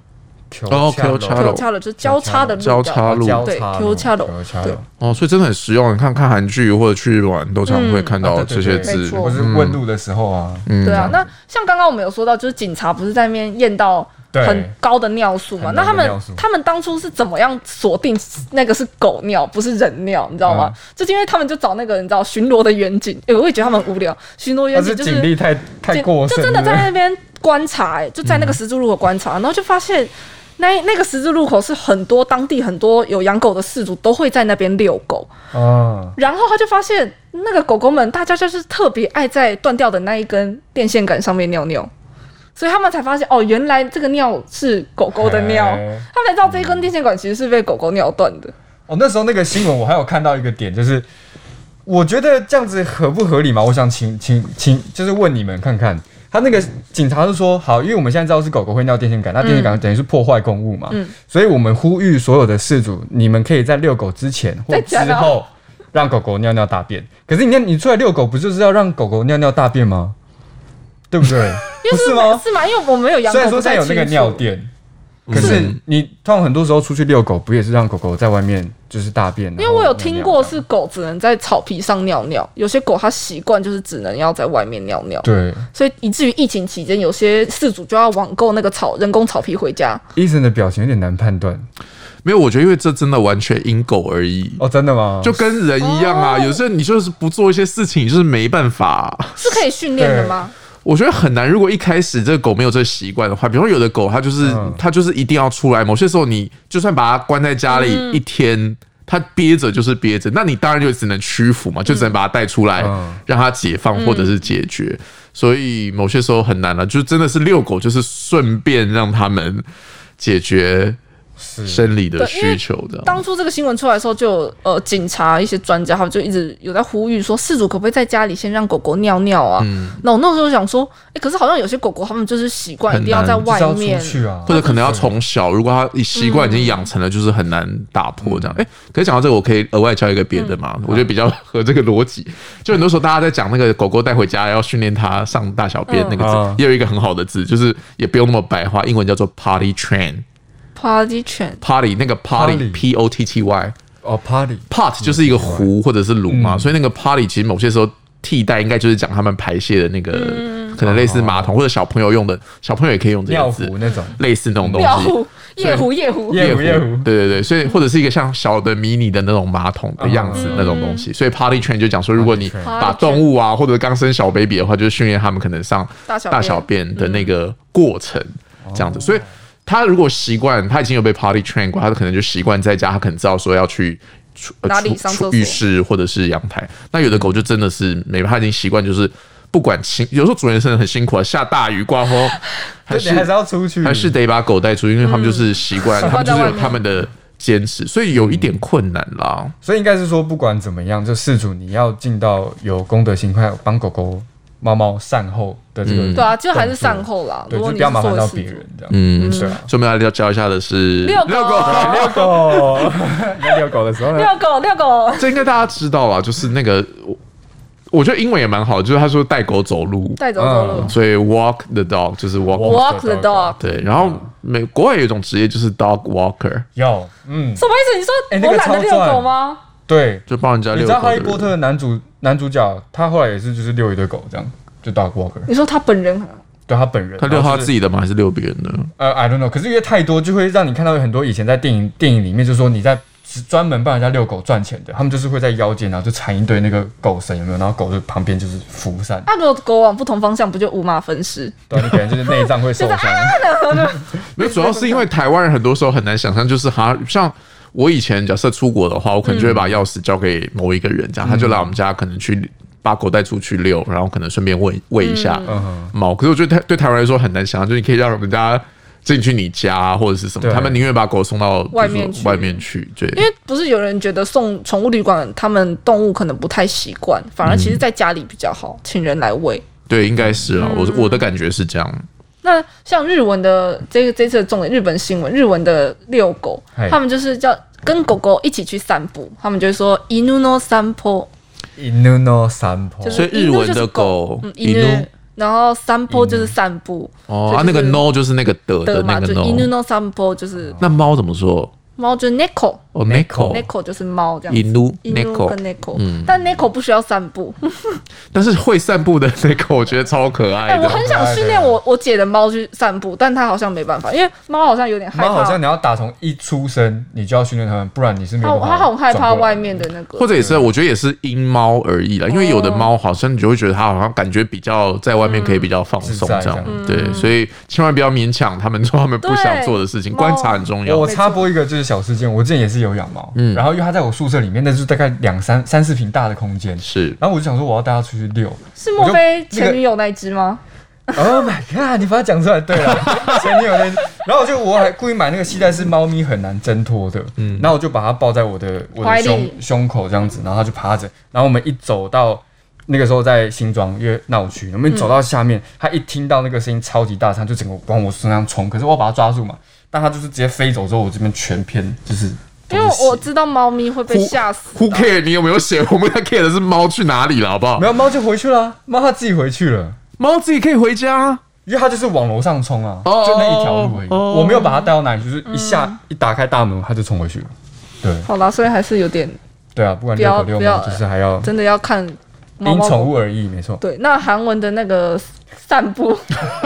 Speaker 1: 哦 Q
Speaker 4: 口
Speaker 1: 叉
Speaker 2: ，Q
Speaker 1: Charo
Speaker 2: 叉路就是交叉的路
Speaker 1: 交
Speaker 2: 标，
Speaker 1: 叉路
Speaker 2: 对
Speaker 4: 口
Speaker 2: Q 叉路对
Speaker 1: 哦，所以真的很实用。你看看韩剧或者去玩，都常会看到
Speaker 4: 啊
Speaker 1: 这
Speaker 4: 对对
Speaker 1: 些
Speaker 4: 对
Speaker 1: 字
Speaker 2: 没。错
Speaker 4: 或是问路的时候啊，
Speaker 2: 对啊，那像刚刚我们有说到，就是警察不是在那边验到
Speaker 4: 对
Speaker 2: 很高的尿素嘛？
Speaker 4: 很
Speaker 2: 那
Speaker 4: 高的
Speaker 2: 他们
Speaker 4: 尿素
Speaker 2: 他们当初是怎么样锁定那个是狗尿，不是人尿？你知道
Speaker 4: 嗯
Speaker 2: 吗？就是因为他们就找那个你知道巡逻的远景， (laughs) 哎、我也觉得他们很无聊。巡逻远
Speaker 4: 但
Speaker 2: 景就
Speaker 4: 是警力太太
Speaker 2: 就
Speaker 4: 过剩，
Speaker 2: 就真的
Speaker 4: 对
Speaker 2: 在
Speaker 4: 不对嗯
Speaker 2: 那边观察、哎，就在那个十字路口观察，然后就发现那那个十字路口是很多当地很多有养狗的饲主都会在那边遛狗，
Speaker 4: 啊，
Speaker 2: 然后他就发现那个狗狗们大家就是特别爱在断掉的那一根电线杆上面尿尿。所以他们才发现哦，原来这个尿是狗狗的尿，
Speaker 4: 哎
Speaker 2: 他们才知道这一根电线杆其实是被狗狗尿断的。
Speaker 4: 哦，那时候那个新闻我还有看到一个点，就是我觉得这样子合不合理嘛？我想请请请，就是问你们看看，他那个警察就说好，因为我们现在知道是狗狗会尿电线杆，那电线
Speaker 2: 嗯
Speaker 4: 杆等于是破坏公物嘛，所以我们呼吁所有的事主，你们可以在遛狗之前或
Speaker 2: 在家
Speaker 4: 之
Speaker 2: 呢
Speaker 4: 后让狗狗尿尿大便。可是你看，你出来遛狗不就是要让狗狗尿尿大便吗？对不
Speaker 2: (laughs)
Speaker 4: 对？不是吗？
Speaker 2: 是吗？因为我没有养狗，
Speaker 4: 虽然说现在有那个
Speaker 2: 不太清楚
Speaker 4: 尿垫。
Speaker 1: 嗯
Speaker 4: 可是你通常很多时候出去遛狗，不也是让狗狗在外面就是大便？
Speaker 2: 因为
Speaker 4: 然后
Speaker 2: 我有
Speaker 4: 尿
Speaker 2: 听
Speaker 4: 尿
Speaker 2: 过
Speaker 4: 这样
Speaker 2: 是狗只能在草皮上尿尿，有些狗它习惯就是只能要在外面尿尿，
Speaker 4: 对
Speaker 2: 所以以至于疫情期间，有些饲主就要网购那个草人工草皮回家。
Speaker 4: 医生的表情有点难判断
Speaker 1: 嗯没有，我觉得因为这真的完全因狗而异。
Speaker 4: 哦，真的吗？
Speaker 1: 就跟人一样
Speaker 4: 哦
Speaker 1: 啊，有时候你就是不做一些事情，你就是没办法啊、
Speaker 2: 是可以训练的吗？
Speaker 1: 我觉得很难。如果一开始这个狗没有这个习惯的话，比如说有的狗它就是、
Speaker 4: 嗯
Speaker 1: 它就是一定要出来，某些时候你就算把它关在家里
Speaker 2: 嗯
Speaker 1: 一天。它憋着就是憋着，那你当然就只能屈服嘛，就只能把它带出来，
Speaker 4: 嗯
Speaker 1: 让它解放或者是解决。
Speaker 2: 嗯
Speaker 1: 所以某些时候很难了、就真的是遛狗，就是顺便让他们解决
Speaker 4: 是
Speaker 1: 生理的
Speaker 2: 对因为
Speaker 1: 需求的。
Speaker 2: 当初这个新闻出来的时候就有，呃，警察一些专家他们就一直有在呼吁说，饲主可不可以在家里先让狗狗尿尿啊？
Speaker 4: 嗯
Speaker 2: 那我那时候想说，哎、可是好像有些狗狗他们就是习惯一
Speaker 1: 很
Speaker 2: 定要
Speaker 1: 难
Speaker 2: 在
Speaker 4: 就是
Speaker 2: 外
Speaker 4: 要
Speaker 2: 面
Speaker 4: 出，去啊，
Speaker 1: 或者可能要从小，如果他一习惯已经养成了，就是很难打破这
Speaker 4: 嗯
Speaker 1: 样。哎、可是讲到这个，我可以额外教一个别的嘛，我觉得比较合这个逻辑。就很多时候大家在讲那个狗狗带回家要训练它上大小便那个字，
Speaker 4: 嗯
Speaker 1: 也有一个很好的字，就是也不用那么白话，英文叫做 potty train。
Speaker 2: party 犬
Speaker 1: potty 那个 potty
Speaker 4: Potty
Speaker 1: p o t t y
Speaker 4: 哦 party
Speaker 1: pot 就是一个壶或者是炉
Speaker 4: 嗯
Speaker 1: 嘛，所以那个 potty 其实某些时候替代应该就是讲他们排泄的那个，可能类似马桶或者小朋友用的，小朋友也可以用这
Speaker 4: 嗯尿
Speaker 1: 个字
Speaker 4: 壶，那种
Speaker 1: 类似那种东西。
Speaker 2: 尿壶、 (laughs) 夜壶、夜壶。
Speaker 4: 夜壶夜
Speaker 2: 嗯
Speaker 4: 壶
Speaker 1: 对对对，所以或者是一个像小的迷你的那种马桶的样子那种东西，所以 potty train 就讲说，如果你
Speaker 4: Potty 嗯 train
Speaker 1: 把动物啊或者刚生小 baby 的话，就是训练他们可能上
Speaker 2: 大小便
Speaker 1: 大小便的那个过程这
Speaker 4: 哦
Speaker 1: 样子，所以。他如果习惯，他已经有被 potty train 过，他可能就习惯在家，他可能知道说要去出呃
Speaker 2: 哪里
Speaker 1: 出
Speaker 2: 上
Speaker 1: 出
Speaker 2: 厕所
Speaker 1: 浴室或者是阳台。那有的狗就真的是没办法，它已经习惯就是不管辛，有时候主人真的很辛苦啊，下大雨、刮风，还
Speaker 4: 对你
Speaker 1: 是
Speaker 4: 还是要出去，
Speaker 1: 还是得把狗带出去，因为他们就是习惯，
Speaker 2: 嗯
Speaker 1: 他们就是
Speaker 2: 习惯在外
Speaker 1: 有
Speaker 2: 面
Speaker 1: 他们的坚持，所以有一点困难啦。
Speaker 4: 所以应该是说，不管怎么样，就事主你要尽到有公德心，快帮狗狗、猫猫善后的这个动
Speaker 1: 嗯
Speaker 4: 作，
Speaker 2: 对啊，就还是善后啦。
Speaker 4: 对，
Speaker 2: 如果
Speaker 4: 就
Speaker 2: 你
Speaker 4: 是不
Speaker 2: 是
Speaker 4: 要麻烦
Speaker 2: 做
Speaker 4: 到
Speaker 2: 事
Speaker 4: 别
Speaker 2: 主
Speaker 4: 人这样。
Speaker 1: 嗯，
Speaker 4: 对啊，
Speaker 1: 所以我们要教一下的是
Speaker 2: 遛狗，
Speaker 4: (laughs) 遛狗， (laughs) 遛狗的时候呢，
Speaker 2: 遛狗，遛狗，
Speaker 1: 这应该大家知道啦，就是那个我我觉得英文也蛮好，就是他说带狗走路，
Speaker 2: 带走走路
Speaker 4: 嗯
Speaker 1: 所以 walk the dog 就是 walk。
Speaker 2: ，walk the
Speaker 4: 走走
Speaker 2: dog，
Speaker 1: 对，然后美国外有一种职业就是 dog walker，
Speaker 4: 要，嗯，
Speaker 2: 什么意思？你
Speaker 4: 哎那
Speaker 2: 说
Speaker 4: 个
Speaker 2: 我懒得遛
Speaker 4: 超赞
Speaker 2: 狗吗？
Speaker 4: 对。
Speaker 1: 就帮人家
Speaker 4: 你
Speaker 1: 遛狗
Speaker 4: 知道《
Speaker 1: 的
Speaker 4: 哈利
Speaker 1: 人。
Speaker 4: 波特》的男主男主角，他后来也是就是遛一堆狗这样，就 dog walker，
Speaker 2: 你说他本人啊
Speaker 4: 对他本人，
Speaker 1: 他遛
Speaker 4: 然后
Speaker 1: 他
Speaker 4: 哦就是
Speaker 1: 自己的吗？还是遛别人的？
Speaker 4: 呃，I don't know，可是因为太多，就会让你看到有很多以前在电影电影里面，就是说你在只专门帮人家遛狗赚钱的，他们就是会在腰间，然后就缠一堆那个狗绳，有没有？然后狗就旁边就是扶扇，
Speaker 2: 啊，如果狗往不同方向，不就五马分尸？
Speaker 4: 对啊，你可 (laughs) 能就是内脏会受伤。
Speaker 1: 没有，主要是因为台湾人很多时候很难想象，就是哈，像我以前假设出国的话，我可能就会把钥匙交给某一个人，这样、他就来我们家，可能去把狗带出去遛，然后可能顺便喂喂一下
Speaker 4: 嗯哼
Speaker 1: 猫。可是我觉得台对台湾来说很难想象，就是你可以让人家进去你家、或者是什么，
Speaker 4: 对
Speaker 1: 他们宁愿把狗送到
Speaker 2: 外面去
Speaker 1: 外面去，对，
Speaker 2: 因为不是有人觉得送宠物旅馆，他们动物可能不太习惯，反而其实在家里比较好，请人来喂。
Speaker 1: 对，应该是啊，我我的感觉是这样。
Speaker 2: 那像日文的这个这次的重点，日本新闻，日文的遛狗
Speaker 4: 嗨，
Speaker 2: 他们就是叫跟狗狗一起去散步，他们就会说 inu no 散歩
Speaker 4: Inuno sampo，
Speaker 2: 就是
Speaker 1: 所以日文
Speaker 2: 犬就
Speaker 1: 的
Speaker 2: 是
Speaker 1: 狗
Speaker 2: 狗，嗯
Speaker 1: inu
Speaker 2: inu，然后散歩就是散步
Speaker 1: 哦，啊，
Speaker 2: 所以
Speaker 1: 那
Speaker 2: 就是
Speaker 1: 个 no 就是那个的的
Speaker 2: 的
Speaker 1: 那
Speaker 2: 嘛，
Speaker 1: 个
Speaker 2: 就 inu
Speaker 1: no，
Speaker 2: no 散歩就是
Speaker 1: 那猫怎么说？
Speaker 2: 猫，就是 neko
Speaker 1: 哦 n e c o
Speaker 4: Neko
Speaker 2: neko 就是猫这样子。
Speaker 1: inu
Speaker 2: 犬
Speaker 1: neko 嗯
Speaker 2: 跟 neko，但 neko 不需要散步，
Speaker 1: 但是会散步的那个，我觉得超可
Speaker 2: 哎、
Speaker 1: 爱
Speaker 2: 我
Speaker 1: 的。
Speaker 2: 很想训练我我姐的猫去散步，但她好像没办法，因为猫好像有点害
Speaker 4: 猫
Speaker 2: 怕，
Speaker 4: 好像你要打从一出生你就要训练它们，不然你是没
Speaker 2: 它
Speaker 4: 有办法
Speaker 2: 它很害怕
Speaker 4: 转过来
Speaker 2: 外。面的那个，
Speaker 1: 或者也是，我觉得也是因猫而异
Speaker 2: 哦
Speaker 1: 啦，因为有的猫好像你就会觉得它好像感觉比较在外面可以比较放松这样，对，所以千万不要勉强他们做他们不想做的事情，
Speaker 2: 对哦
Speaker 1: 观察很重要
Speaker 4: 我。插播一个就是小事件，我之前也是有养猫，
Speaker 1: 嗯
Speaker 4: 然后因为它在我宿舍里面，那就是大概两三三四平大的空间，
Speaker 1: 是，
Speaker 4: 然后我就想说我要带它出去遛，
Speaker 2: 是莫非前女友那一只吗？
Speaker 4: Oh my god！你把它讲出来，对啊了，前女友那，然后我就我还故意买那个系带是猫咪很难挣脱的，嗯，然后我就把它抱在我的我
Speaker 2: 怀
Speaker 4: 的
Speaker 2: 里
Speaker 4: 胸胸口这样子，然后它就趴着，然后我们一走到那个时候在新庄因为闹区，我们一走到下面，它一听到那个声音超级大声，它就整个往我身上冲，可是我要把它抓住嘛，但它就是直接飞走之后，我这边全偏就是
Speaker 2: 因为我知道猫咪会被
Speaker 1: Who-
Speaker 2: 吓死
Speaker 1: Who care 你有没有写？我们要 care 的是猫去哪里了，好不好
Speaker 4: 没？有猫就回去了啊，猫它自己回去了。
Speaker 1: (laughs) 猫自己可以回家，
Speaker 4: 因为它就是往楼上冲啊，
Speaker 1: 哦
Speaker 4: 就那一条路而已。
Speaker 1: 哦
Speaker 4: 我没有把它带到哪里，就是一下、
Speaker 2: 嗯
Speaker 4: 一打开大门，它就冲回去了。对，
Speaker 2: 好啦，所以还是有点
Speaker 4: 对啊，不管遛狗遛
Speaker 2: 不要
Speaker 4: 猫，就是还要
Speaker 2: 真的要看猫
Speaker 4: 因
Speaker 2: 猫
Speaker 4: 宠
Speaker 2: 狗。
Speaker 4: 物而异，没错。
Speaker 2: 对，那韩文的那个散步，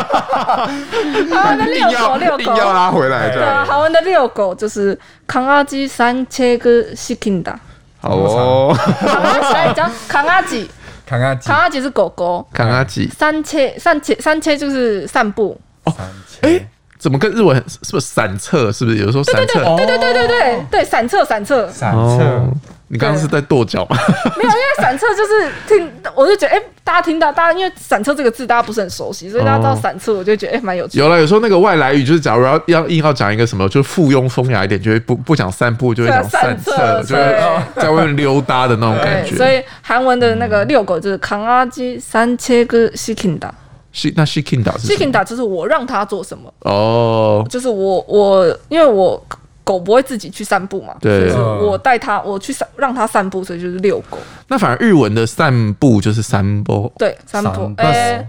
Speaker 2: 韩文的
Speaker 1: 硬
Speaker 2: 遛狗
Speaker 1: 要
Speaker 2: 遛
Speaker 1: 硬
Speaker 2: 狗，
Speaker 1: 要拉回来
Speaker 2: 对啊，
Speaker 1: 的。
Speaker 2: 韩文的遛狗就是강아지산책을시킨다。
Speaker 1: 好哦，
Speaker 2: 강아지来讲강아지，
Speaker 4: 看看几
Speaker 2: 강아지是狗狗。
Speaker 1: 看阿吉，
Speaker 2: 三切三切三切就是散步，
Speaker 4: 三千，
Speaker 1: 哎，怎么跟日文是不是散策？是不是有时候散策？
Speaker 2: 对对对对对对，散策散策，
Speaker 4: 散
Speaker 1: 哦
Speaker 4: 策，，
Speaker 1: 你刚刚是在跺脚吗？
Speaker 2: 没有，因为散策就是听，我就觉得哎、大家听到大家因为散策这个字大家不是很熟
Speaker 1: 哦
Speaker 2: 悉，所以大家知道散策，我就觉得哎蛮、有趣的。
Speaker 1: 有了，有时候那个外来语就是，假如要要硬要讲一个什么，就附庸风雅一点，就会不不讲散步，就会讲散策，
Speaker 2: 啊散策
Speaker 1: 就会哦在外面溜达的那种感
Speaker 2: 对，所
Speaker 1: 觉。
Speaker 2: 以韩文的那个遛狗就是강아지산책을시킨다，
Speaker 1: 是那 she kinda 是
Speaker 2: 시킨
Speaker 1: 什么
Speaker 2: 다就是我让它做什么，
Speaker 1: 哦，
Speaker 2: 就是我我因为我狗不会自己去散步嘛，所
Speaker 1: 对
Speaker 2: 以是我带它我去散让它散步，所以就是遛狗，
Speaker 1: 那反而日文的散步就是散步，
Speaker 2: 对，散步
Speaker 4: 散，步
Speaker 2: 哎、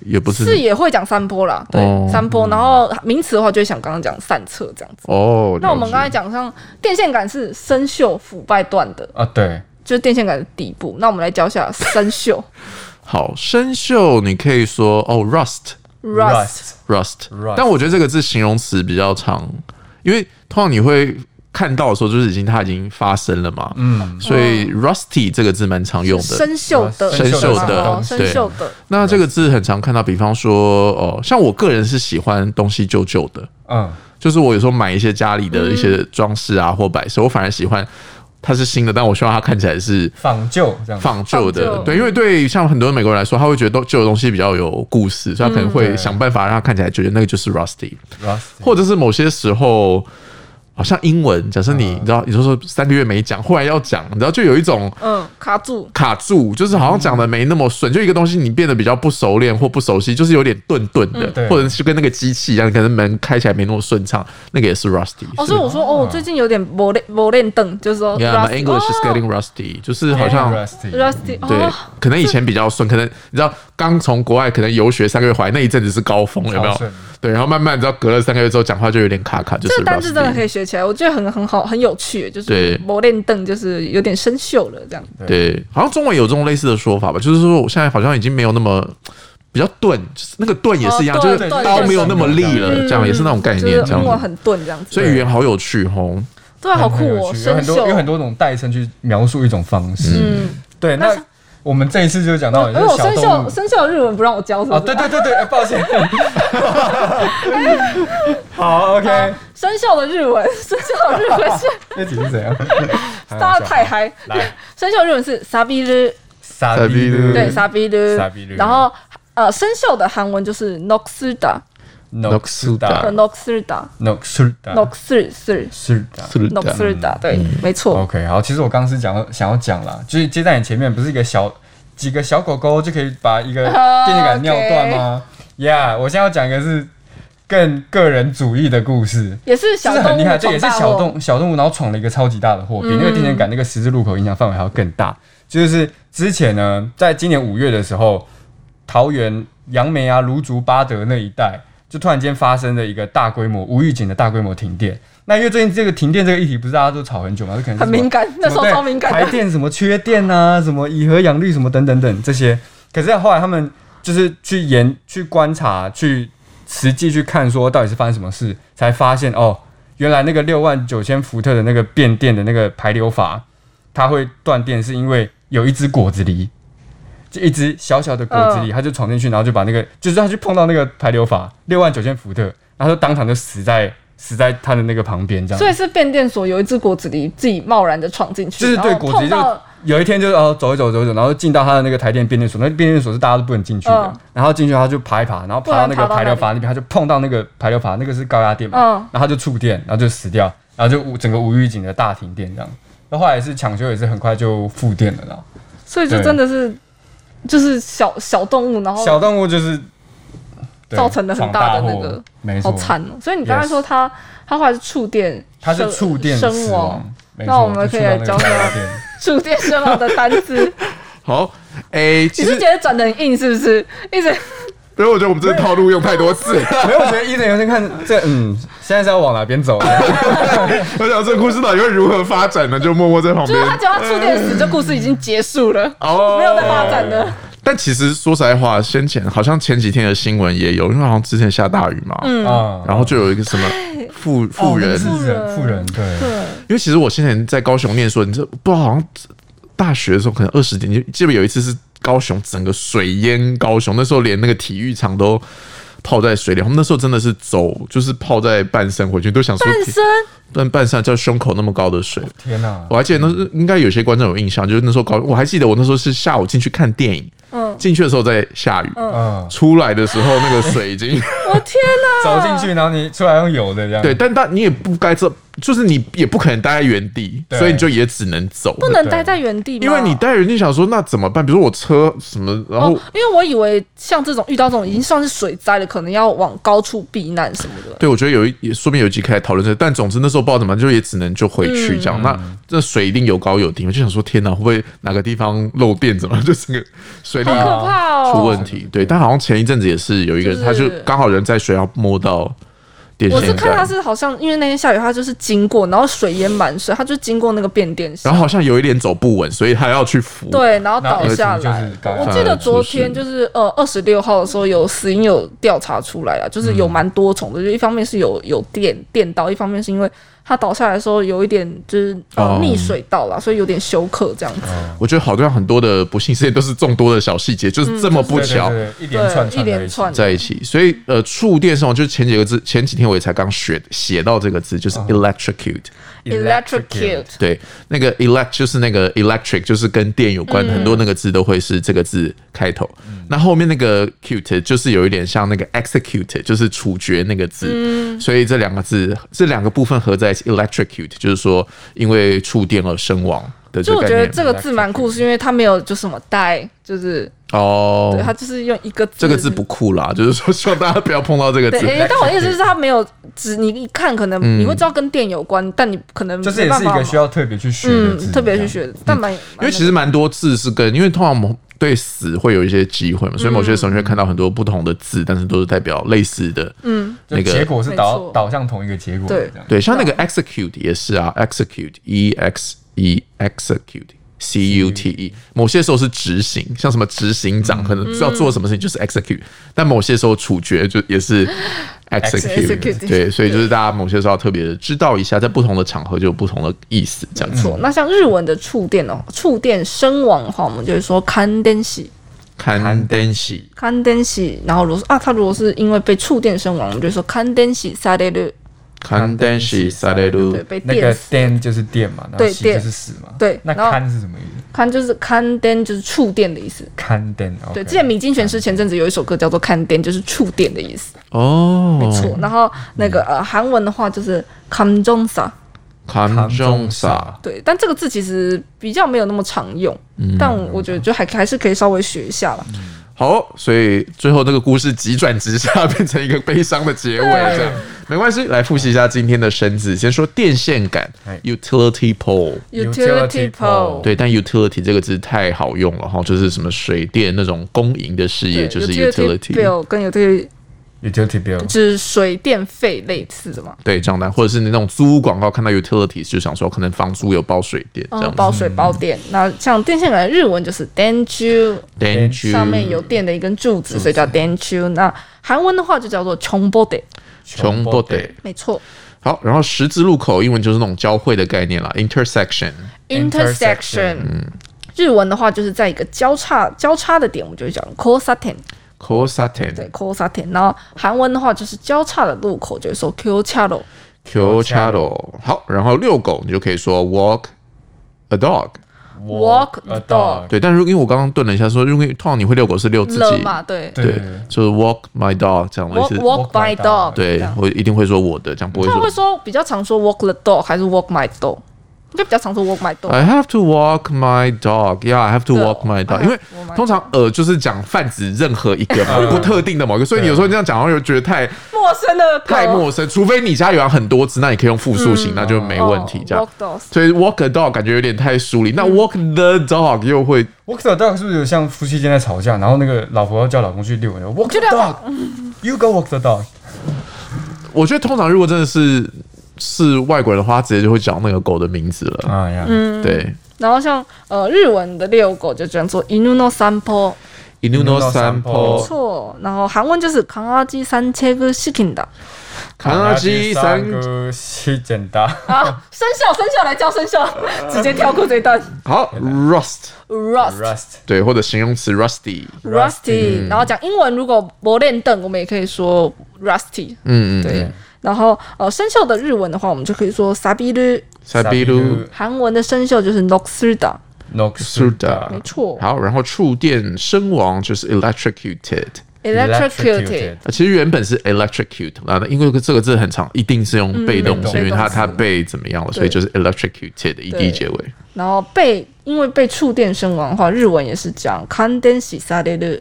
Speaker 1: 也不
Speaker 2: 是也会讲山坡啦，对，
Speaker 1: 哦
Speaker 2: 山坡。然后名词的话，就会想刚刚讲散策这样子。
Speaker 1: 哦。
Speaker 2: 那我们
Speaker 1: 了解
Speaker 2: 刚才讲像电线杆是生锈腐败段的，
Speaker 4: 啊，对，
Speaker 2: 就是电线杆的底部。那我们来教一下生
Speaker 1: (laughs)
Speaker 2: 锈
Speaker 1: 好生锈，你可以说哦 rust
Speaker 2: rust，
Speaker 1: rust，
Speaker 4: Rust
Speaker 1: 但我觉得这个字形容词比较长，因为通常你会看到的时候，就是已经它已经发生了嘛，嗯，所以
Speaker 2: 哦
Speaker 1: rusty 这个字蛮常用的。
Speaker 2: 生锈的，
Speaker 4: 生
Speaker 1: 锈的
Speaker 2: 哦生
Speaker 1: 对
Speaker 2: 锈的，
Speaker 1: 那这个字很常看到，比方说，哦，像我个人是喜欢东西旧旧的，
Speaker 4: 嗯，
Speaker 1: 就是我有时候买一些家里的一些装饰啊或摆设，我反而喜欢它是新的，但我希望它看起来是
Speaker 4: 仿旧这样子。
Speaker 1: 仿旧
Speaker 2: 仿
Speaker 1: 的
Speaker 2: 旧。
Speaker 1: 对，因为对像很多美国人来说，他会觉得都旧的东西比较有故事，所以他可能会
Speaker 4: 对
Speaker 1: 想办法让它看起来觉得那个就是 rusty，
Speaker 4: Rusty
Speaker 1: 或者是某些时候。好像英文，假设你你知道，你就说三个月没讲，忽然要讲，你知道就有一种
Speaker 2: 嗯，卡住，
Speaker 1: 卡住，就是好像讲的没那么顺，就一个东西你变得比较不熟练或不熟悉，就是有点顿顿
Speaker 2: 嗯
Speaker 1: 的，
Speaker 4: 对
Speaker 1: 或者是跟那个机器一样，可能门开起来没那么顺畅，那个也是 rusty。
Speaker 2: 哦，所以我说
Speaker 1: 啊
Speaker 2: 哦，我最近有点磨练磨练凳，就是说
Speaker 1: Yeah, my
Speaker 2: rusty，
Speaker 1: English is
Speaker 2: 哦
Speaker 1: getting rusty，就是好像
Speaker 4: Rusty
Speaker 2: rusty，
Speaker 1: 对
Speaker 2: 哦，，
Speaker 1: 可能以前比较顺，可能你知道刚从国外可能游学三个月回来那一阵子是高峰，有没
Speaker 4: 超
Speaker 1: 有
Speaker 4: 顺？
Speaker 1: 对，然后慢慢你知道隔了三个月之后讲话就有点卡卡，就
Speaker 2: 这
Speaker 1: 是
Speaker 2: 个单字真的可
Speaker 1: rusty。
Speaker 2: 以学起来，我觉得很很好，很有趣，就
Speaker 1: 对
Speaker 2: 是磨练凳，就是有点生锈了这样。
Speaker 1: 对，好像中文有这种类似的说法吧，就是说我现在好像已经没有那么。比较钝，就是那个钝也是一样，
Speaker 2: 哦
Speaker 1: 就
Speaker 2: 钝
Speaker 1: 是
Speaker 2: 钝
Speaker 1: 刀没有那么利了，
Speaker 2: 嗯
Speaker 1: 呃这样也是那种概念，
Speaker 2: 就
Speaker 1: 这
Speaker 2: 是
Speaker 1: 样
Speaker 2: 英文
Speaker 1: 子。
Speaker 2: 很钝这样子，
Speaker 1: 所以语言好有趣哦吼，
Speaker 2: 对啊，好酷
Speaker 4: 很有
Speaker 2: 哦，
Speaker 4: 趣有
Speaker 2: 生
Speaker 4: 很多有很
Speaker 2: 锈。
Speaker 4: 多种代称去描述一种方式。
Speaker 2: 嗯，
Speaker 4: 对，
Speaker 2: 那
Speaker 4: 那我们这一次就讲到，
Speaker 2: 因
Speaker 4: 就
Speaker 2: 为
Speaker 4: 是
Speaker 2: 我
Speaker 4: 小
Speaker 2: 哎生
Speaker 4: 动物
Speaker 2: 锈，。生锈的日文不让我教，是不
Speaker 4: 哦，
Speaker 2: 是？
Speaker 4: 对对对对，哎
Speaker 2: (laughs)
Speaker 4: 抱歉。 (laughs) 好，OK，
Speaker 2: 生锈的日文， (laughs) 生锈
Speaker 4: (laughs)
Speaker 2: 的日文是
Speaker 4: 这题是怎样？
Speaker 2: 大家太嗨。
Speaker 4: 来，
Speaker 2: (laughs) 生锈的日文是サビル，
Speaker 4: 傻逼的，
Speaker 2: 对，サビル
Speaker 4: サビル
Speaker 2: 然后呃，生锈的韩文就是 noxuda，
Speaker 4: ，Noxuda，Noxuda，Noxuda。啊
Speaker 2: noxuda，nox nox
Speaker 4: 是的
Speaker 1: 是的
Speaker 2: noxuda，对，
Speaker 4: 嗯
Speaker 2: 没错。
Speaker 4: OK，好，其实我刚刚是讲想要讲啦，就是接在你前面不是一个小几个小狗狗就可以把一个
Speaker 2: OK
Speaker 4: 电线杆尿断吗？Yeah，我现在要讲一个是更个人主义的故事。
Speaker 2: 也是小
Speaker 4: 这是
Speaker 2: 动
Speaker 4: 很
Speaker 2: 物
Speaker 4: 厉害，这
Speaker 2: 闯
Speaker 4: 也是
Speaker 2: 大
Speaker 4: 小
Speaker 2: 祸嗯
Speaker 4: 动小动物，然后闯了一个超级大的祸，比那个电线杆那个十字路口影响范围还要更大。就是之前呢，在今年五月的时候，桃园杨梅啊、芦竹、巴德那一带，就突然间发生了一个大规模、无预警的大规模停电。那因为最近这个停电这个议题，不是大家都吵很久吗？就可
Speaker 2: 很
Speaker 4: 能是什么
Speaker 2: 敏感， (laughs) 那时候
Speaker 4: 什么
Speaker 2: 超敏感
Speaker 4: 对台
Speaker 2: 的。
Speaker 4: 电什么缺电啊， (laughs) 什么以核养绿什么等等等这些。可是后来他们就是去研、去观察、去实际去看，说到底是发生什么事，才发现哦，原来那个六万九千伏特的那个变电的那个排流阀，它会断电，是因为有一只果子狸，就一只小小的果子
Speaker 2: 嗯
Speaker 4: 狸，它就闯进去，然后就把那个，就是它去碰到那个排流阀六万九千伏特，然后它就当场就死在死在它的那个旁边，这样子。
Speaker 2: 所以是变电所有一只果子狸自己贸然的闯进去，
Speaker 4: 就是对
Speaker 2: 然后
Speaker 4: 果子
Speaker 2: 碰
Speaker 4: 狸就
Speaker 2: 到
Speaker 4: 有一天就是哦走一走走一走，然后进到他的那个台电变电所，那变电所是大家都不能进去的
Speaker 2: 嗯，
Speaker 4: 然后进去他就爬一爬，然后爬到那
Speaker 2: 不然爬
Speaker 4: 个
Speaker 2: 到
Speaker 4: 排流阀那边，他就碰到那个排流阀，那个是高压电嘛
Speaker 2: 嗯，
Speaker 4: 然后他就触电，然后就死掉，然后就无整个无预警的大停电这样。那后来是抢修也是很快就复电了啦。
Speaker 2: 所以就真的是就是小小动物，然后
Speaker 4: 小动物就是对
Speaker 2: 造成了很大的那个
Speaker 4: 闯大祸没
Speaker 2: 好
Speaker 4: 错，
Speaker 2: 惨哦。所以你刚才
Speaker 4: Yes
Speaker 2: 说它它后来是触电身，
Speaker 4: 它是触电
Speaker 2: 身
Speaker 4: 死亡
Speaker 2: 亡，。
Speaker 4: 没
Speaker 2: 那
Speaker 4: 错
Speaker 2: 我们可
Speaker 4: 就
Speaker 2: 以
Speaker 4: 触到
Speaker 2: 来
Speaker 4: 那个
Speaker 2: 教
Speaker 4: 高压
Speaker 2: 大家
Speaker 4: 电
Speaker 2: (laughs) 触电身亡的单字，
Speaker 1: 好，哎，
Speaker 2: 你
Speaker 1: 其
Speaker 2: 是
Speaker 1: 实
Speaker 2: 觉得转的很硬是不是？一直
Speaker 1: 因为我觉得我们这个套路用太多次，
Speaker 2: (laughs)
Speaker 4: 没有，我觉得医生有先看这，嗯，现在是要往哪边走呢？
Speaker 1: 我想这个故事到底会如何发展呢？就默默在旁
Speaker 2: 就
Speaker 1: 边
Speaker 2: 是。他只要它触电死，这故事已经结束了，
Speaker 1: 哦
Speaker 2: 没有在发展了。
Speaker 1: 但其实说实在话，先前好像前几天的新闻也有，因为好像之前下大雨嘛，
Speaker 2: 嗯
Speaker 4: 啊
Speaker 1: 然后就有一个什么
Speaker 2: 哎
Speaker 1: 富富
Speaker 2: 哦
Speaker 1: 人，
Speaker 4: 富人，
Speaker 2: 人
Speaker 4: 富人，对，
Speaker 1: 因为其实我先前在高雄念书，你这不知道好像大学的时候可能二十点，你记不记得有一次是高雄整个水淹高雄，那时候连那个体育场都泡在水里，我们那时候真的是走就是泡在半身回去，都想说
Speaker 2: 半身
Speaker 1: 半半身叫胸口那么高的水。
Speaker 4: 天哪！
Speaker 1: 我还记得那是应该有些观众有印象，就是那时候高，我还记得我那时候是下午进去看电影，
Speaker 2: 嗯
Speaker 1: 进去的时候在下雨，
Speaker 4: 嗯，
Speaker 1: 出来的时候那个水已经。
Speaker 2: 我天
Speaker 4: (laughs)
Speaker 2: 哪！
Speaker 4: 走进去，然后你出来用油的这样。
Speaker 1: 对，，但但你也不该这，就是你也不可能待在原地，
Speaker 4: 对
Speaker 1: 所以你就也只能走，
Speaker 2: 不能待在原地吗，
Speaker 1: 因为你待在原地想说那怎么办？比如说我车什么，然后、
Speaker 2: 哦，因为我以为像这种遇到这种已经算是水灾了，可能要往高处避难什么的。
Speaker 1: 对我觉得有一也说明有一集可以来讨论这个，但总之那时候不知道怎么办，就也只能就回
Speaker 2: 嗯
Speaker 1: 去这样。那这水一定有高有低，我就想说天哪，会不会哪个地方漏电怎么 (laughs) 就整个水里
Speaker 2: 好可怕哦！
Speaker 1: 啊出问题？对，但好像前一阵子也是有一个人，
Speaker 2: 就
Speaker 1: 他
Speaker 2: 是
Speaker 1: 就刚好人在水上摸到电
Speaker 2: 我是
Speaker 1: 线
Speaker 2: 看他
Speaker 1: 杆。
Speaker 2: 是好像因为那天下雨，他就是经过，然后水淹满水，他就经过那个变电箱
Speaker 1: 然，后好像有一点走不稳，所以他要去扶。
Speaker 2: 对，然后
Speaker 4: 然后
Speaker 2: 倒下来
Speaker 4: 就是。刚
Speaker 2: 我记得昨天就是呃二十六号的时候有死因有调查出来了，啊就是
Speaker 4: 嗯
Speaker 2: 有蛮多重的，就一方面是有有电电到，一方面是因为他倒下来的时候有一点就是
Speaker 1: 哦
Speaker 2: 呃溺水到了，所以有点休克这样子。
Speaker 4: 哦
Speaker 1: 我觉得好像很多的不幸事件都是众多的小细节，就是这么不
Speaker 4: 对
Speaker 1: 巧。
Speaker 4: 对对对一连串
Speaker 2: 嗯对，一
Speaker 4: 串在
Speaker 2: 连
Speaker 4: 起
Speaker 2: 串的
Speaker 1: 在一起，所以
Speaker 2: 哦
Speaker 1: 呃，触电上就是前几个字，前几天我也才刚学写到这个字，就是 electrocute，、
Speaker 2: electrocute，
Speaker 1: 对，那个 elect 就是那个 electric，就是跟电有
Speaker 2: 嗯
Speaker 1: 关，很多那个字都会是这个字开头。那后面那个 cute 就是有一点像那个 execute，就是处决那个字。
Speaker 2: 嗯
Speaker 1: 所以这两个字，这两个部分合在一起，electrocute 就是说因为触电而身亡的这
Speaker 2: 就
Speaker 1: 个
Speaker 2: 我
Speaker 1: 概
Speaker 2: 觉得
Speaker 1: 念。
Speaker 2: 这个字蛮酷，是因为它没有就什么带，就是
Speaker 1: 哦
Speaker 2: 对，它就是用一个字
Speaker 1: 这个字不酷啦，就是说希望大家不要碰到这个
Speaker 2: 对
Speaker 1: 字。，
Speaker 2: 诶但我的意思是，它没有只你一看，可能
Speaker 1: 嗯
Speaker 2: 你会知道跟电有关，但你可能
Speaker 4: 就是也是一个需要特别去学的字，
Speaker 2: 嗯特别去
Speaker 4: 这样。
Speaker 2: 学，但蛮
Speaker 1: 因为其实蛮多字是跟，因为通常我们对死会有一些机会嘛，所以某些时候你会看到很多不同的字，但是都是代表类似的。嗯，那
Speaker 4: 就结
Speaker 1: 个
Speaker 4: 果是
Speaker 2: 没
Speaker 4: 导
Speaker 2: 错
Speaker 4: 导向同一个结果的
Speaker 2: 对
Speaker 4: 这样，
Speaker 1: 对，像那个 execute 也是啊，execute e x e execute。C U T E，某些时候是执行，像什么执行长可能知道做什么事情就是 execute，、但某些时候处决就也是 execute，
Speaker 2: execute
Speaker 1: 对，所以就是大家某些时候要特别知道一下，在不同的场合就有不同的意思，这样子。
Speaker 2: 错。那像日文的触电哦，触电身亡的话，我们就会说 kandenshi。
Speaker 1: 看 d e n s i
Speaker 2: kandenshi，然后如果是啊，他如果是因为被触电身亡，我们就说 kandenshi s a d e r
Speaker 1: 看 d e n s i 萨雷鲁
Speaker 2: 对，，被
Speaker 4: 那个
Speaker 2: 电死。
Speaker 4: 电就是电嘛，然后
Speaker 2: 对
Speaker 4: 喜就
Speaker 2: 电
Speaker 4: 是死嘛，
Speaker 2: 对
Speaker 4: 那
Speaker 2: 然后
Speaker 4: 看是什么意思？
Speaker 2: 看就是 kanden 就是触电的意思。
Speaker 4: 看电，
Speaker 2: 对，之前米津玄师前阵子有一首歌叫做 kanden，就是触电的意思。
Speaker 1: 哦，
Speaker 2: 没错。然后那个呃韩文的话就是 kamjonsa。
Speaker 1: 康中萨，
Speaker 2: 对，但这个字其实比较没有那么常用，但我觉得就还还是可以稍微学一下啦。
Speaker 1: 好，所以最后这个故事急转直下，变成一个悲伤的结尾，
Speaker 2: 哎
Speaker 1: 这样没关系。来复习一下今天的生字，先说电线杆
Speaker 4: 哎
Speaker 1: （utility pole）。
Speaker 4: Utility
Speaker 2: Utility
Speaker 4: pole
Speaker 2: pole，
Speaker 1: 对，但 utility 这个字太好用了哈，就是什么水电那种公营的事业，就是 utility。
Speaker 2: bill 跟 utility
Speaker 4: 也就是 T B L，
Speaker 2: 就是水电费类似的嘛，
Speaker 1: 对，这样的，或者是那种租屋广告看到 utilities 就想说，可能房租有包水电这
Speaker 2: 嗯，
Speaker 1: 样
Speaker 2: 包
Speaker 1: 子。
Speaker 2: 水包电。那像电线杆的日文就是 denju，
Speaker 1: Thank you
Speaker 2: 上面有电的一根柱子，所以叫 denju。那韩文的话就叫做 chongbode，
Speaker 1: 穷不得。
Speaker 2: 没错
Speaker 1: 好，然后十字路口英文就是那种交汇的概念啦，intersection。
Speaker 4: Intersection，
Speaker 2: intersection。日文的话就是在一个交叉交叉的点，我们就会讲 kosaten。对
Speaker 1: Kosaten,
Speaker 2: kosaten，然后韩文的话就是交岔的路口，就是说 q c h a l o
Speaker 1: Q Chado，好，然后遛狗你就可以说 walk a dog，
Speaker 2: walk the dog
Speaker 1: 对，但是因为我刚刚顿了一下说，因为通常你会遛狗是遛自
Speaker 2: 了
Speaker 1: 己，
Speaker 2: 嘛，对
Speaker 4: 对
Speaker 1: 对，就是 walk my dog 这样类
Speaker 2: ，walk
Speaker 1: 似，
Speaker 2: walk
Speaker 4: my
Speaker 2: my
Speaker 4: dog，
Speaker 2: dog，
Speaker 1: 对
Speaker 2: 这样
Speaker 1: 我一定会说我的，这样不会
Speaker 2: 他会
Speaker 1: 说
Speaker 2: 说比较常说 walk the dog 还是 walk my dog，应该比较常说 walk my dog，
Speaker 1: I have to walk my dog. Yeah, I have to
Speaker 2: 对
Speaker 1: walk my dog.
Speaker 2: I have
Speaker 1: 因为
Speaker 2: to walk my
Speaker 1: 通常呃就是讲泛指任何一个嘛，不特定的某一个，所以你有时候这样讲，好像又觉得太
Speaker 2: 陌生的狗
Speaker 1: 太陌生。除非你家有养很多只，那你可以用复数型，那就没问题。这样
Speaker 2: 哦，，walk 嗯 dogs，
Speaker 1: 所以 walk a dog 感觉有点太疏离。那 walk the dog 又会
Speaker 4: Walk the dog 是不是有像夫妻间在吵架，然后那个老婆要叫老公去遛然后？Walk
Speaker 2: 觉
Speaker 4: the
Speaker 2: 得
Speaker 4: dog，you go walk the dog。
Speaker 1: 我觉得通常如果真的是是外国人的话，他直接就会讲那个狗的名字了。
Speaker 4: 哎呀，
Speaker 2: 嗯
Speaker 1: 对
Speaker 2: 然后像呃日文的遛狗就叫做 inu no sanpo，
Speaker 1: ，inu no
Speaker 4: no sampo
Speaker 2: 没
Speaker 1: sampo
Speaker 2: 错，然后韩文就是 강아지 산책을 시킨다。
Speaker 1: kanaji
Speaker 4: 三
Speaker 1: san。
Speaker 4: 个是简单。
Speaker 1: 嗯
Speaker 2: 啊，生肖生肖来教生肖，
Speaker 1: 呃
Speaker 2: 直接跳过这一段。
Speaker 1: 好，rust 嗯
Speaker 2: Rust
Speaker 4: (laughs) Rust
Speaker 1: 对，或者形容词 rusty。
Speaker 2: rusty，然后讲英文，如果不练凳，我们也可以说 rusty。
Speaker 1: 嗯嗯
Speaker 2: 对，然后呃，生肖的日文的话，我们就可以说 sabiru。
Speaker 1: ，sabiru
Speaker 2: 韩文的生肖就是 noxuda，没
Speaker 4: Noxuda
Speaker 2: 错
Speaker 1: 好，然后触电身亡就是 electrocuted。
Speaker 2: ，electrocuted。
Speaker 1: 呃其实原本是 electrocute 啦，那因为这个字很长，一定是用被动
Speaker 4: 被动
Speaker 1: 词，因为它
Speaker 2: 词
Speaker 1: 它被怎么样了，所以就是 electrocuted 一 d
Speaker 2: 对
Speaker 1: 结尾。
Speaker 2: 然后被因为被触电身亡的话，日文也是讲 kandenshi s a d e r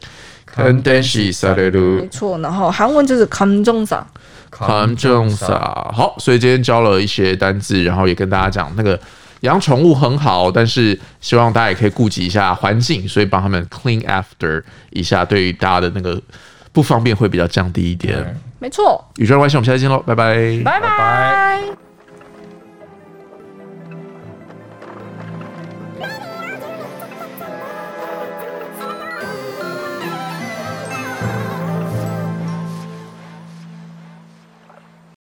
Speaker 1: kandenshi sareru
Speaker 2: 没错。然后韩文就是 kamjonsa，
Speaker 1: 很重傻。好，所以今天教了一些单字，然后也跟大家讲那个。养宠物很好，但是希望大家也可以顾及一下环境，所以帮他们 clean after 一下，对于大家的那个不方便会比较降低一点。
Speaker 4: 对
Speaker 2: 没错。
Speaker 1: 宇宙人外星，我们下次见喽，拜拜
Speaker 2: 拜拜。